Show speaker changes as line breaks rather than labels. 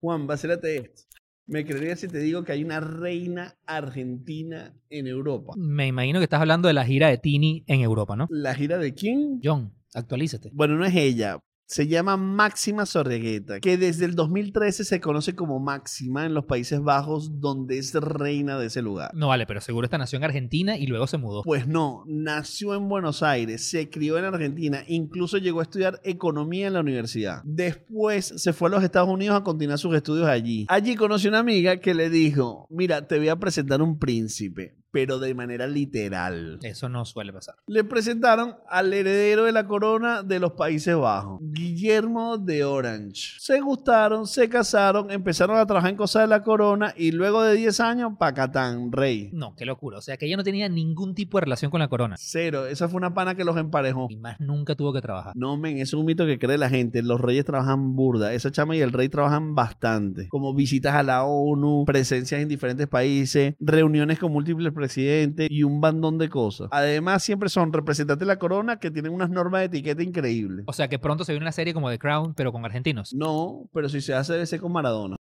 Juan, vacílate esto. ¿Me creerías si te digo que hay una reina argentina en Europa?
Me imagino que estás hablando de la gira de Tini en Europa, ¿no?
¿La gira de quién?
John, actualízate.
Bueno, no es ella. Se llama Máxima Sorregueta, que desde el 2013 se conoce como Máxima en los Países Bajos, donde es reina de ese lugar.
No vale, pero seguro esta nació en Argentina y luego se mudó.
Pues no, nació en Buenos Aires, se crió en Argentina, incluso llegó a estudiar economía en la universidad. Después se fue a los Estados Unidos a continuar sus estudios allí. Allí conoció una amiga que le dijo, mira, te voy a presentar un príncipe, pero de manera literal.
Eso no suele pasar.
Le presentaron al heredero de la corona de los Países Bajos, Guillermo de Orange. Se gustaron, se casaron, empezaron a trabajar en cosas de la corona y luego de 10 años, Pacatán, rey.
No, qué locura. O sea, que ella no tenía ningún tipo de relación con la corona.
Cero, esa fue una pana que los emparejó.
Y más nunca tuvo que trabajar.
No, men, es un mito que cree la gente. Los reyes trabajan burda. Esa chama y el rey trabajan bastante. Como visitas a la ONU, presencias en diferentes países, reuniones con múltiples presidente y un bandón de cosas. Además, siempre son representantes de la corona que tienen unas normas de etiqueta increíbles.
O sea, que pronto se viene una serie como The Crown, pero con argentinos.
No, pero si se hace, debe ser con Maradona.